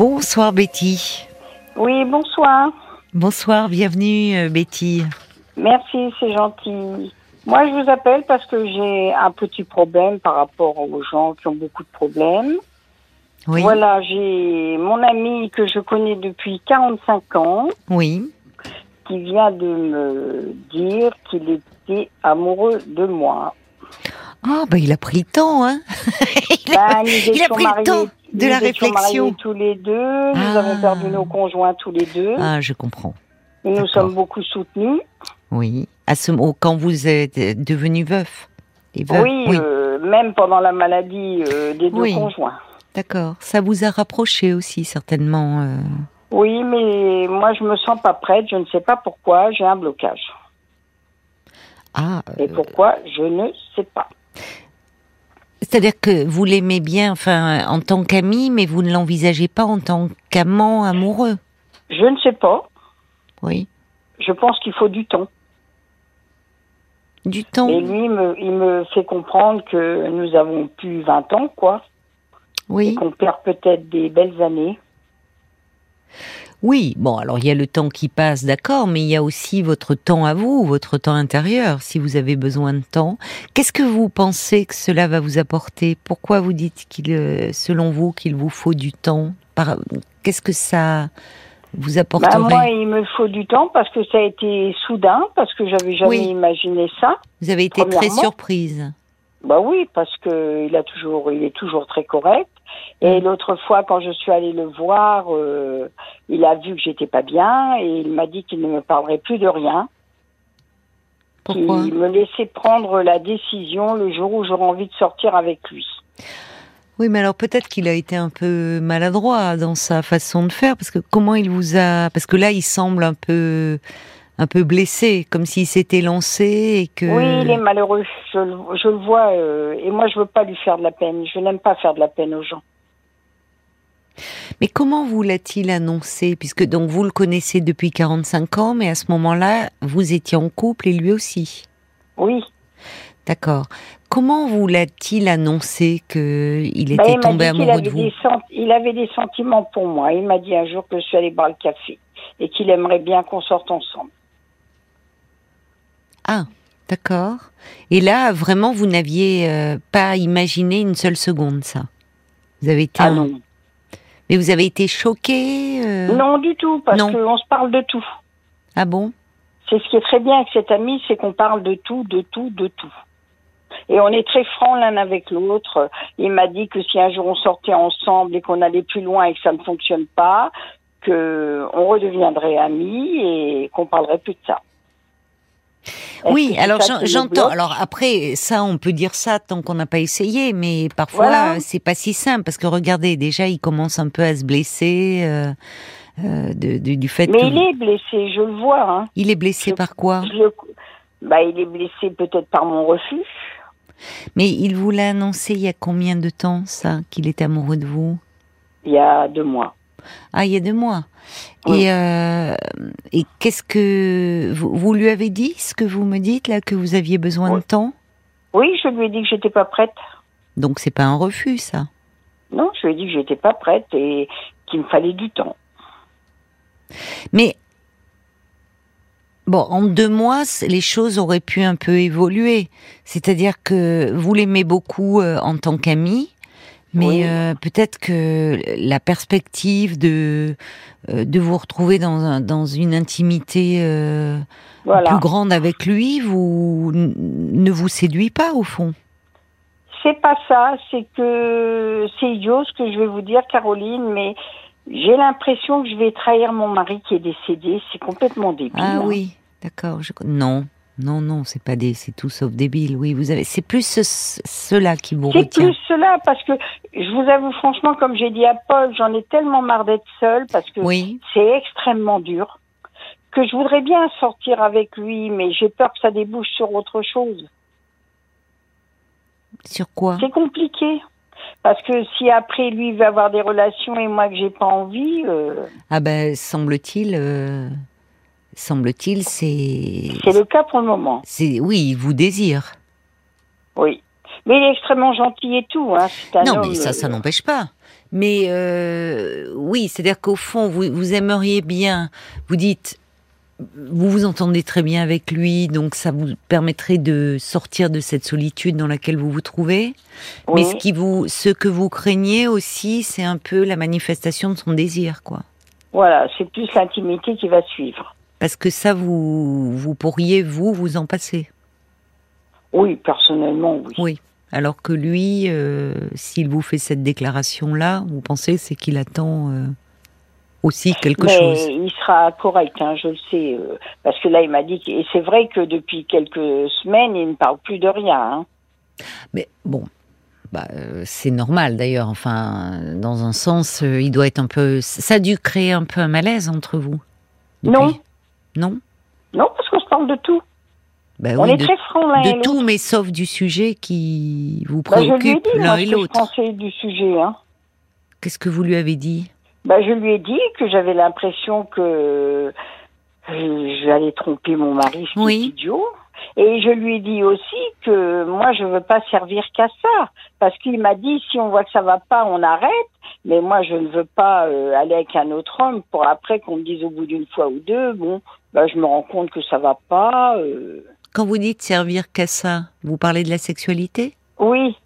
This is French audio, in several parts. Bonsoir Betty. Oui, bonsoir. Bonsoir, bienvenue euh, Betty. Merci, c'est gentil. Moi, je vous appelle parce que j'ai un petit problème par rapport aux gens qui ont beaucoup de problèmes. Oui, Voilà, j'ai mon ami que je connais depuis 45 ans oui. qui vient de me dire qu'il était amoureux de moi. Ah bah il a pris le temps, hein. il Ben, nous il a étions pris le temps de nous la étions réflexion. mariés tous les deux, nous Ah. avons perdu nos conjoints tous les deux, Ah, je comprends. nous nous d'accord. sommes beaucoup soutenus. Oui. À ce moment, quand vous êtes euh, devenu veuf, les veuves. oui, euh, même pendant la maladie euh, des deux Oui. conjoints. D'accord. Ça vous a rapproché aussi certainement. euh. Oui, mais moi je me sens pas prête, je ne sais pas pourquoi, j'ai un blocage. Ah. euh, Et pourquoi, je ne sais pas. C'est-à-dire que vous l'aimez bien, enfin euh, en tant qu'ami, mais vous ne l'envisagez pas en tant qu'amant amoureux. Je ne sais pas, Oui. je pense qu'il faut du temps. Du temps. Et lui, il me, il me fait comprendre que nous avons plus 20 ans, quoi, et Oui. qu'on perd peut-être des belles années. Oui, bon, alors il y a le temps qui passe, d'accord, mais il y a aussi votre temps à vous, votre temps intérieur, si vous avez besoin de temps. Qu'est-ce que vous pensez que cela va vous apporter Pourquoi vous dites qu'il, euh, selon vous, qu'il vous faut du temps Par- Qu'est-ce que ça vous Bah, apporterait moi, il me faut du temps parce que ça a été soudain, parce que j'avais jamais Oui. imaginé ça. Vous avez été très premièrement- surprise. Bah oui, parce que il a toujours, il est toujours très correct. Et Mm. l'autre fois, quand je suis allée le voir, euh, il a vu que j'étais pas bien et il m'a dit qu'il ne me parlerait plus de rien, Pourquoi qu'il me laissait prendre la décision le jour où j'aurais envie de sortir avec lui. Oui, mais alors peut-être qu'il a été un peu maladroit dans sa façon de faire, parce que comment il vous a, parce que là, il semble un peu, un peu blessé, comme s'il s'était lancé et que. Oui, il est malheureux. Je, le- je le vois euh, et moi, je veux pas lui faire de la peine. Je n'aime pas faire de la peine aux gens. Mais comment vous l'a-t-il annoncé Puisque donc vous le connaissez depuis 45 ans, mais à ce moment-là, vous étiez en couple et lui aussi. Oui. D'accord. Comment vous l'a-t-il annoncé que il Bah, était il m'a tombé dit qu'il amoureux avait, de vous des sent- il avait des sentiments pour moi. Il m'a dit un jour que je suis allée boire le café et qu'il aimerait bien qu'on sorte ensemble. Ah, d'accord. Et là, vraiment, vous n'aviez euh, pas imaginé une seule seconde ça. Vous avez été, Ah un- non. mais vous avez été choqué. euh, Non, du tout, parce Non. qu'on se parle de tout. Ah bon C'est ce qui est très bien avec cet ami, c'est qu'on parle de tout, de tout, de tout. Et on est très francs l'un avec l'autre. Il m'a dit que si un jour on sortait ensemble et qu'on allait plus loin et que ça ne fonctionne pas, que on redeviendrait amis et qu'on parlerait plus de ça. Est-ce que Oui, c'est alors ça j'en- qui nous j'entends. bloque Alors après, ça, on peut dire ça tant qu'on n'a pas essayé, mais parfois Voilà. euh, c'est pas si simple parce que regardez, déjà, il commence un peu à se blesser euh, euh, de- de- du fait Mais que- il est blessé, je le vois. Hein. il est blessé Je- par quoi Je le- Bah, il est blessé peut-être par mon refus. Mais il vous l'a annoncé il y a combien de temps ça qu'il est amoureux de vous Il y a deux mois. Ah, il y a deux mois. Oui. Et, euh, et qu'est-ce que vous, vous lui avez dit ce que vous me dites là que vous aviez besoin Oui. de temps Oui, je lui ai dit que j'étais pas prête. Donc c'est pas un refus ça. Non, je lui ai dit que j'étais pas prête et qu'il me fallait du temps. Mais bon, en deux mois, c- les choses auraient pu un peu évoluer. C'est-à-dire que vous l'aimez beaucoup euh, en tant qu'ami, mais Oui. euh, peut-être que la perspective de euh, de vous retrouver dans un- dans une intimité euh, Voilà. plus grande avec lui, vous n- ne vous séduit pas au fond. C'est pas ça, c'est que c'est idiot ce que je vais vous dire, Caroline, mais j'ai l'impression que je vais trahir mon mari qui est décédé. C'est complètement débile. Ah hein. oui, d'accord. je- Non, non, non, c'est pas des, c'est tout sauf débile. Oui, vous avez, c'est plus ce- ce- cela qui vous C'est retient. plus cela parce que je vous avoue franchement, comme j'ai dit à Paul, j'en ai tellement marre d'être seule parce que Oui. c'est extrêmement dur. Que je voudrais bien sortir avec lui, mais j'ai peur que ça débouche sur autre chose. Sur quoi C'est compliqué. Parce que si après lui il va avoir des relations et moi que j'ai pas envie, euh, Ah ben, semble-t-il, euh, semble-t-il, c'est, c'est le cas pour le moment. c'est, oui, il vous désire. Oui. Mais il est extrêmement gentil et tout. Hein. C'est un non, homme, mais ça, ça euh, n'empêche pas. Mais euh, oui, c'est-à-dire qu'au fond, vous, vous aimeriez bien, vous dites, vous vous entendez très bien avec lui, donc ça vous permettrait de sortir de cette solitude dans laquelle vous vous trouvez. Oui. Mais ce, qui vous, ce que vous craignez aussi, c'est un peu la manifestation de son désir, quoi. Voilà, c'est plus l'intimité qui va suivre. Parce que ça, vous, vous pourriez, vous, vous en passer. Oui, personnellement, oui. Oui. Alors que lui, euh, s'il vous fait cette déclaration-là, vous pensez c'est qu'il attend euh, aussi quelque Mais chose. il sera correct, hein, je le sais. euh, parce que là, il m'a dit... que- Et c'est vrai que depuis quelques semaines, il ne parle plus de rien. hein. Mais bon, bah, euh, c'est normal d'ailleurs. Enfin, dans un sens, euh, il doit être un peu. Ça a dû créer un peu un malaise entre vous. Non. Non. Non, parce qu'on se parle de tout. Bah On oui, est de, très francs l'un et de l'autre. tout, mais sauf du sujet qui vous Bah, je lui ai préoccupe dit, l'un et moi, ce que je l'autre. pensais du sujet. Hein. Qu'est-ce que vous lui avez dit Bah, je lui ai dit que j'avais l'impression que euh, j'allais tromper mon mari, ce qui Oui. est idiot. Et je lui ai dit aussi que moi, je veux pas servir qu'à ça. Parce qu'il m'a dit, si on voit que ça va pas, on arrête. Mais moi, je ne veux pas euh, aller avec un autre homme pour après qu'on me dise au bout d'une fois ou deux, bon, bah, je me rends compte que ça va pas. euh. Quand vous dites servir qu'à ça, vous parlez de la sexualité Oui.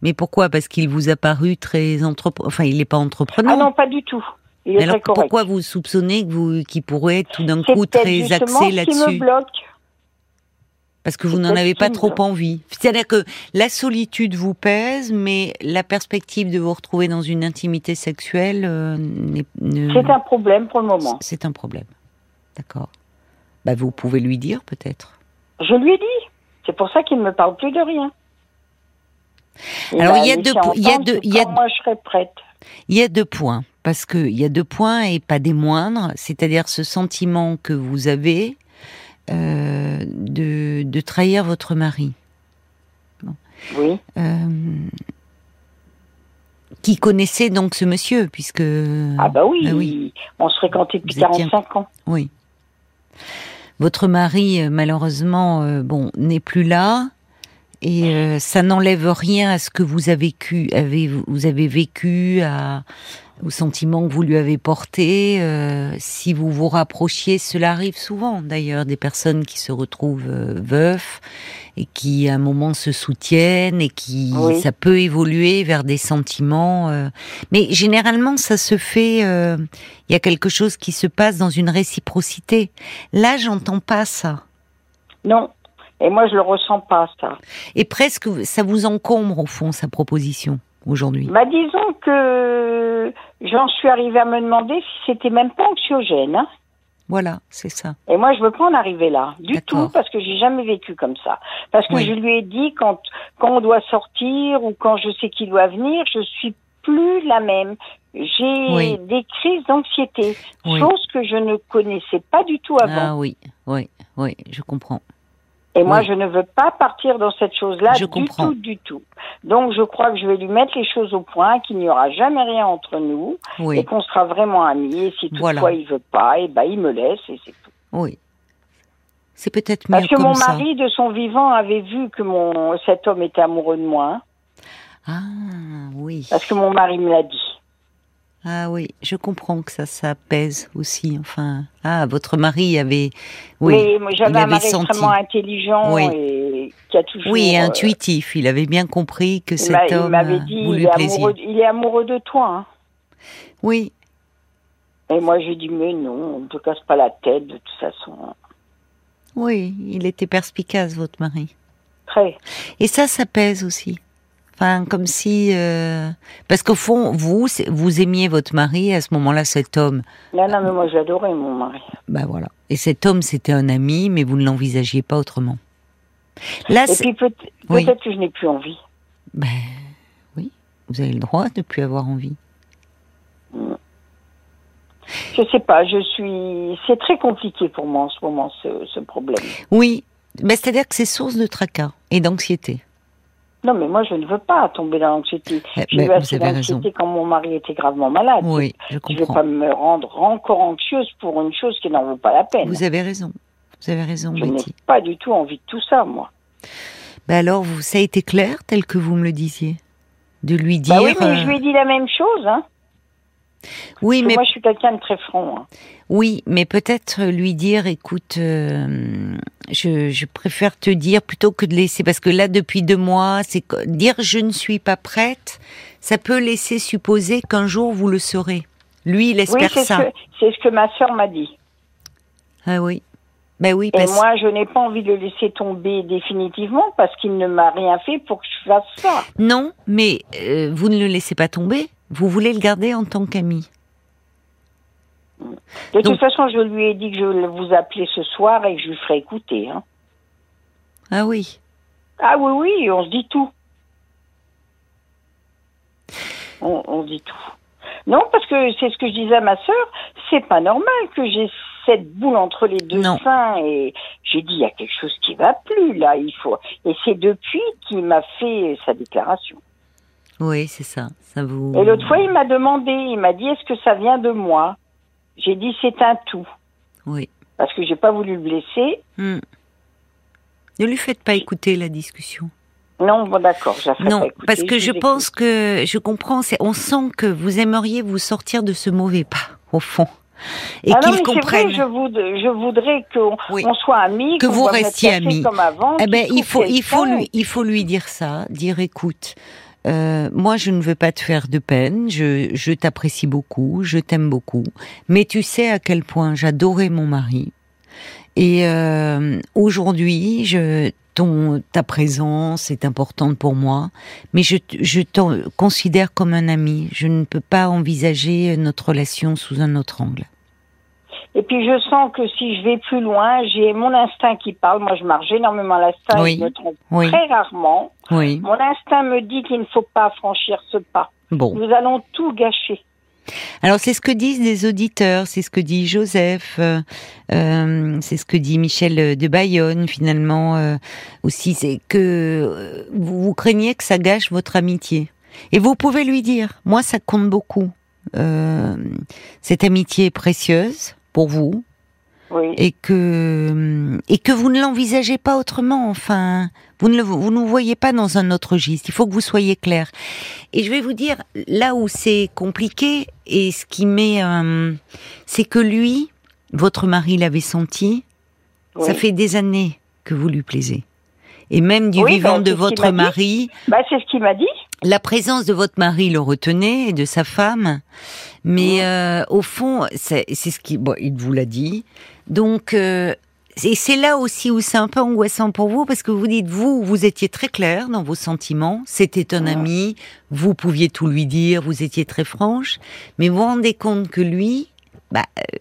Mais pourquoi Parce qu'il vous a paru très entrepreneur. Enfin, il n'est pas entrepreneur. Ah non, pas du tout. Il est Mais alors très correct. pourquoi vous soupçonnez que vous qu'il pourrait être tout d'un C'est coup peut-être très axé justement ce qui me là-dessus bloque. Parce que vous c'est n'en avez pas possible. trop envie. C'est-à-dire que la solitude vous pèse, mais la perspective de vous retrouver dans une intimité sexuelle euh, n'est- ne- C'est un problème pour le moment. c'est un problème. D'accord. Bah, vous pouvez lui dire peut-être. Je lui ai dit. C'est pour ça qu'il ne me parle plus de rien. Alors, m'a il y a laissé deux po- il y a entendre deux- que il y a quand deux- moi je serai prête. Il y a deux points, parce que il y a deux points et pas des moindres, c'est-à-dire ce sentiment que vous avez euh, de, de trahir votre mari. Oui. Euh, qui connaissait donc ce monsieur, puisque... Ah bah oui, bah oui. on se fréquentait depuis Vous étiez- 45 ans. Oui. Votre mari, euh, malheureusement, euh, bon, n'est plus là. Et euh, ça n'enlève rien à ce que vous avez vécu, avez, vous avez vécu, à, au sentiment que vous lui avez porté. euh, si vous vous rapprochiez, cela arrive souvent d'ailleurs, des personnes qui se retrouvent euh, veufs et qui à un moment se soutiennent et qui Oui. ça peut évoluer vers des sentiments. euh, mais généralement, ça se fait. euh, Il y a quelque chose qui se passe dans une réciprocité. Là, j'entends pas ça. Non. Et moi je le ressens pas ça. Et presque, ça vous encombre au fond sa proposition aujourd'hui. Bah disons que j'en suis arrivée à me demander si c'était même pas anxiogène. hein. Voilà, c'est ça. Et moi, je veux pas en arriver là, du D'accord. tout, parce que j'ai jamais vécu comme ça. Parce que Oui. je lui ai dit quand quand on doit sortir ou quand je sais qu'il doit venir, je suis plus la même. J'ai Oui. des crises d'anxiété, Oui. chose que je ne connaissais pas du tout avant. Ah oui, oui, oui, je comprends. Et moi, oui. je ne veux pas partir dans cette chose-là Je du comprends. tout, du tout. Donc, je crois que je vais lui mettre les choses au point, qu'il n'y aura jamais rien entre nous et Oui, qu'on sera vraiment amis. Et si toutefois Voilà. il veut pas, et ben il me laisse et c'est tout. oui. C'est peut-être mieux Parce que comme mon ça. mari, de son vivant, avait vu que mon, cet homme était amoureux de moi. hein, Ah oui. parce que mon mari me l'a dit. Ah oui, je comprends que ça, ça pèse aussi. Enfin, ah, votre mari avait, oui, Mais moi, j'avais il un avait mari senti. extrêmement intelligent Oui. et qui a toujours. oui, et euh, intuitif. Il avait bien compris que il m'a- cet il homme m'avait euh, dit, il voulait est, plaisir. amoureux, de- il est amoureux de toi. hein. Oui, Et moi, j'ai dit, mais non, on ne te casse pas la tête de toute façon. hein. oui, il était perspicace, votre mari. Très. Et ça, ça pèse aussi. Enfin, comme si, euh, parce qu'au fond, vous, c'est- vous aimiez votre mari et à ce moment-là, cet homme. Non, non, mais moi, j'adorais mon mari. Bah voilà. Et cet homme, c'était un ami, mais vous ne l'envisagiez pas autrement. Là, Et Ah, c'est- puis, peut- peut-être Oui. que je n'ai plus envie. ben oui, vous avez le droit de ne plus avoir envie. Je sais pas, je suis. C'est très compliqué pour moi en ce moment, ce, ce problème. Oui, mais c'est-à-dire que c'est source de tracas et d'anxiété. Non, mais moi, je ne veux pas tomber dans l'anxiété. Eh, J'ai mais eu vous assez avez raison. d'anxiété quand mon mari était gravement malade. Oui, je Je ne vais comprends. pas me rendre encore anxieuse pour une chose qui n'en vaut pas la peine. Vous avez raison. Vous avez raison, Je n'ai Betty. Bah, pas du tout envie de tout ça, moi. Ben alors, vous, ça a été clair tel que vous me le disiez. de lui dire. euh, Bah oui, mais je lui ai dit la même chose. Hein. Oui, Parce que mais Moi, je suis quelqu'un de très franc. hein. oui, mais peut-être lui dire, écoute, euh, je, je préfère te dire plutôt que de laisser, parce que là depuis deux mois, c'est que- dire je ne suis pas prête, ça peut laisser supposer qu'un jour vous le saurez. Lui, il Oui, espère c'est ce, ça. que, c'est ce que ma sœur m'a dit. Ah oui. Ben oui, Et parce moi, je n'ai pas envie de le laisser tomber définitivement parce qu'il ne m'a rien fait pour que je fasse ça. non, mais euh, vous ne le laissez pas tomber. Vous voulez le garder en tant qu'ami. De Donc- toute façon, je lui ai dit que je le- vous appelais ce soir et que je lui ferai écouter. hein. Ah oui. Ah oui, oui, on se dit tout. On, on se dit tout. Non, parce que c'est ce que je disais à ma sœur, c'est pas normal que j'ai cette boule entre les deux Non. seins et j'ai dit il y a quelque chose qui va plus là, il faut. Et c'est depuis qu'il m'a fait sa déclaration. Oui, c'est ça. Ça vous. Et l'autre fois, il m'a demandé, il m'a dit est-ce que ça vient de moi J'ai dit c'est un tout Oui. parce que j'ai pas voulu le blesser. Hmm. Ne lui faites pas écouter la discussion. Non, bon d'accord, je la ferai pas Non, écouter, parce que je vous pense que je comprends. c'est- On sent que vous aimeriez vous sortir de ce mauvais pas au fond, et Ah non, qu'ils mais c'est comprennent. Vrai, je, voud- je voudrais qu'on Oui. on soit amis, Que qu'on vous doive être restiez cachés amis. comme avant. Eh ben, qu'il il trouve faut, il faut quelqu'un. lui, il faut lui dire ça, dire écoute, euh, moi je ne veux pas te faire de peine, je, je t'apprécie beaucoup, je t'aime beaucoup, mais tu sais à quel point j'adorais mon mari. Et euh, aujourd'hui, je, ton, ta présence est importante pour moi, mais je, t- je t'en considère comme un ami. Je ne peux pas envisager notre relation sous un autre angle. Et puis je sens que si je vais plus loin, j'ai mon instinct qui parle. Moi, je marche énormément l'instinct, Oui. je me trompe Oui, très rarement. oui. Mon instinct me dit qu'il ne faut pas franchir ce pas. Bon. Nous allons tout gâcher. Alors c'est ce que disent des auditeurs, c'est ce que dit Joseph, euh, euh, c'est ce que dit Michel euh, de Bayonne finalement euh, aussi, c'est que euh, vous, vous craignez que ça gâche votre amitié. Et vous pouvez lui dire, moi ça compte beaucoup. Euh, cette amitié est précieuse pour vous Oui. et que hum, et que vous ne l'envisagez pas autrement. Enfin, vous ne le, vous ne vous voyez pas dans un autre giste. Il faut que vous soyez clair. Et je vais vous dire là où c'est compliqué et ce qui met, euh, c'est que lui, votre mari l'avait senti. oui. Ça fait des années que vous lui plaisez. Et même du Oui, bah, vivant c'est de ce qu'il votre m'a dit. mari, Bah, c'est ce qu'il m'a dit. la présence de votre mari le retenait et de sa femme, mais euh, au fond, c'est c'est ce qui, bon, il vous l'a dit. Donc, euh, et c'est là aussi où c'est un peu angoissant pour vous parce que vous dites vous, vous étiez très clair dans vos sentiments, c'était un Ouais. ami, vous pouviez tout lui dire, vous étiez très franche, mais vous vous rendez compte que lui, bah, euh,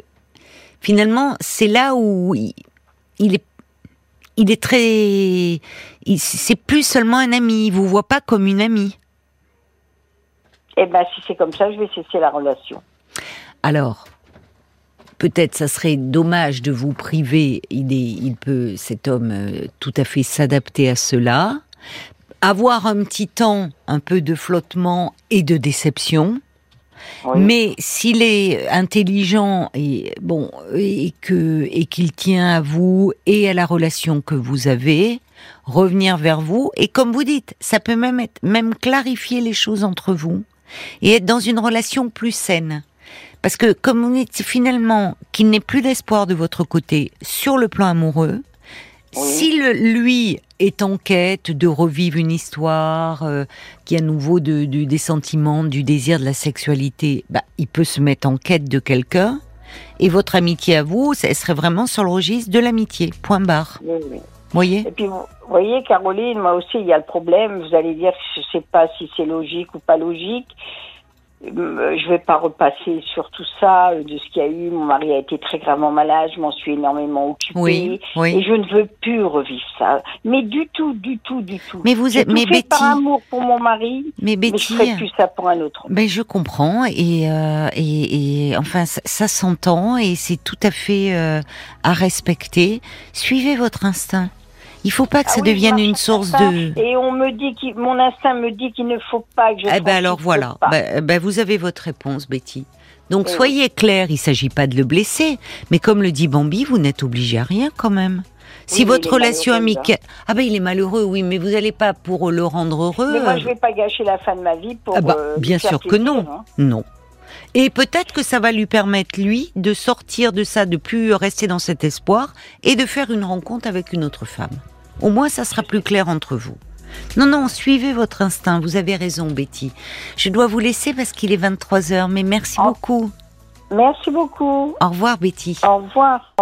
finalement, c'est là où il, il est, il est très, il- c'est plus seulement un ami, il vous voit pas comme une amie. Eh ben, si c'est comme ça, je vais cesser la relation. Alors, peut-être ça serait dommage de vous priver. Il, est, il peut, cet homme, euh, tout à fait s'adapter à cela. Avoir un petit temps, un peu de flottement et de déception. Oui. Mais s'il est intelligent et bon et que et qu'il tient à vous et à la relation que vous avez, revenir vers vous et comme vous dites, ça peut même être même clarifier les choses entre vous et être dans une relation plus saine. Parce que comme vous dites finalement qu'il n'ait plus d'espoir de votre côté sur le plan amoureux, Oui. si le- lui est en quête de revivre une histoire, euh, qui à nouveau de, de- des sentiments, du désir, de la sexualité, bah, il peut se mettre en quête de quelqu'un. Et votre amitié à vous, ça serait vraiment sur le registre de l'amitié. Point barre. Oui, oui. Voyez Et puis, vous voyez, Caroline, moi aussi, il y a le problème. Vous allez dire, je ne sais pas si c'est logique ou pas logique. Euh, Je ne vais pas repasser sur tout ça, euh, de ce qu'il y a eu. Mon mari a été très gravement malade, je m'en suis énormément occupée. Oui, Et oui. je ne veux plus revivre ça. Mais du tout, du tout, du tout. Mais vous J'ai êtes, tout mais fait Betty, par amour pour mon mari, mais mais Betty, je ferai plus ça pour un autre. Ben je comprends et euh, et, et, enfin ça, ça s'entend et c'est tout à fait euh, à respecter. Suivez votre instinct. Il faut pas que Ah ça oui, je devienne marche une sur source ça, de. Et on me dit, qu'il- mon instinct me dit qu'il ne faut pas que je Eh ben transite alors ce voilà, pas. ben, ben, vous avez votre réponse, Betty. Donc Oui. soyez clair, il s'agit pas de le blesser, mais comme le dit Bambi, vous n'êtes obligé à rien quand même. Si Oui, mais il votre est relation malheureux, amicale... Ah ben il est malheureux, oui, mais vous n'allez pas pour le rendre heureux. Mais moi, je vais pas gâcher la fin de ma vie pour. Ah bah, euh, bien faire sûr que plaisir, non. hein. Non. Et peut-être que ça va lui permettre, lui, de sortir de ça, de plus rester dans cet espoir et de faire une rencontre avec une autre femme. Au moins, ça sera plus clair entre vous. Non, non, suivez votre instinct. Vous avez raison, Betty. Je dois vous laisser parce qu'il est 23 heures, mais merci Au- beaucoup. Merci beaucoup. Au revoir, Betty. Au revoir. Au revoir.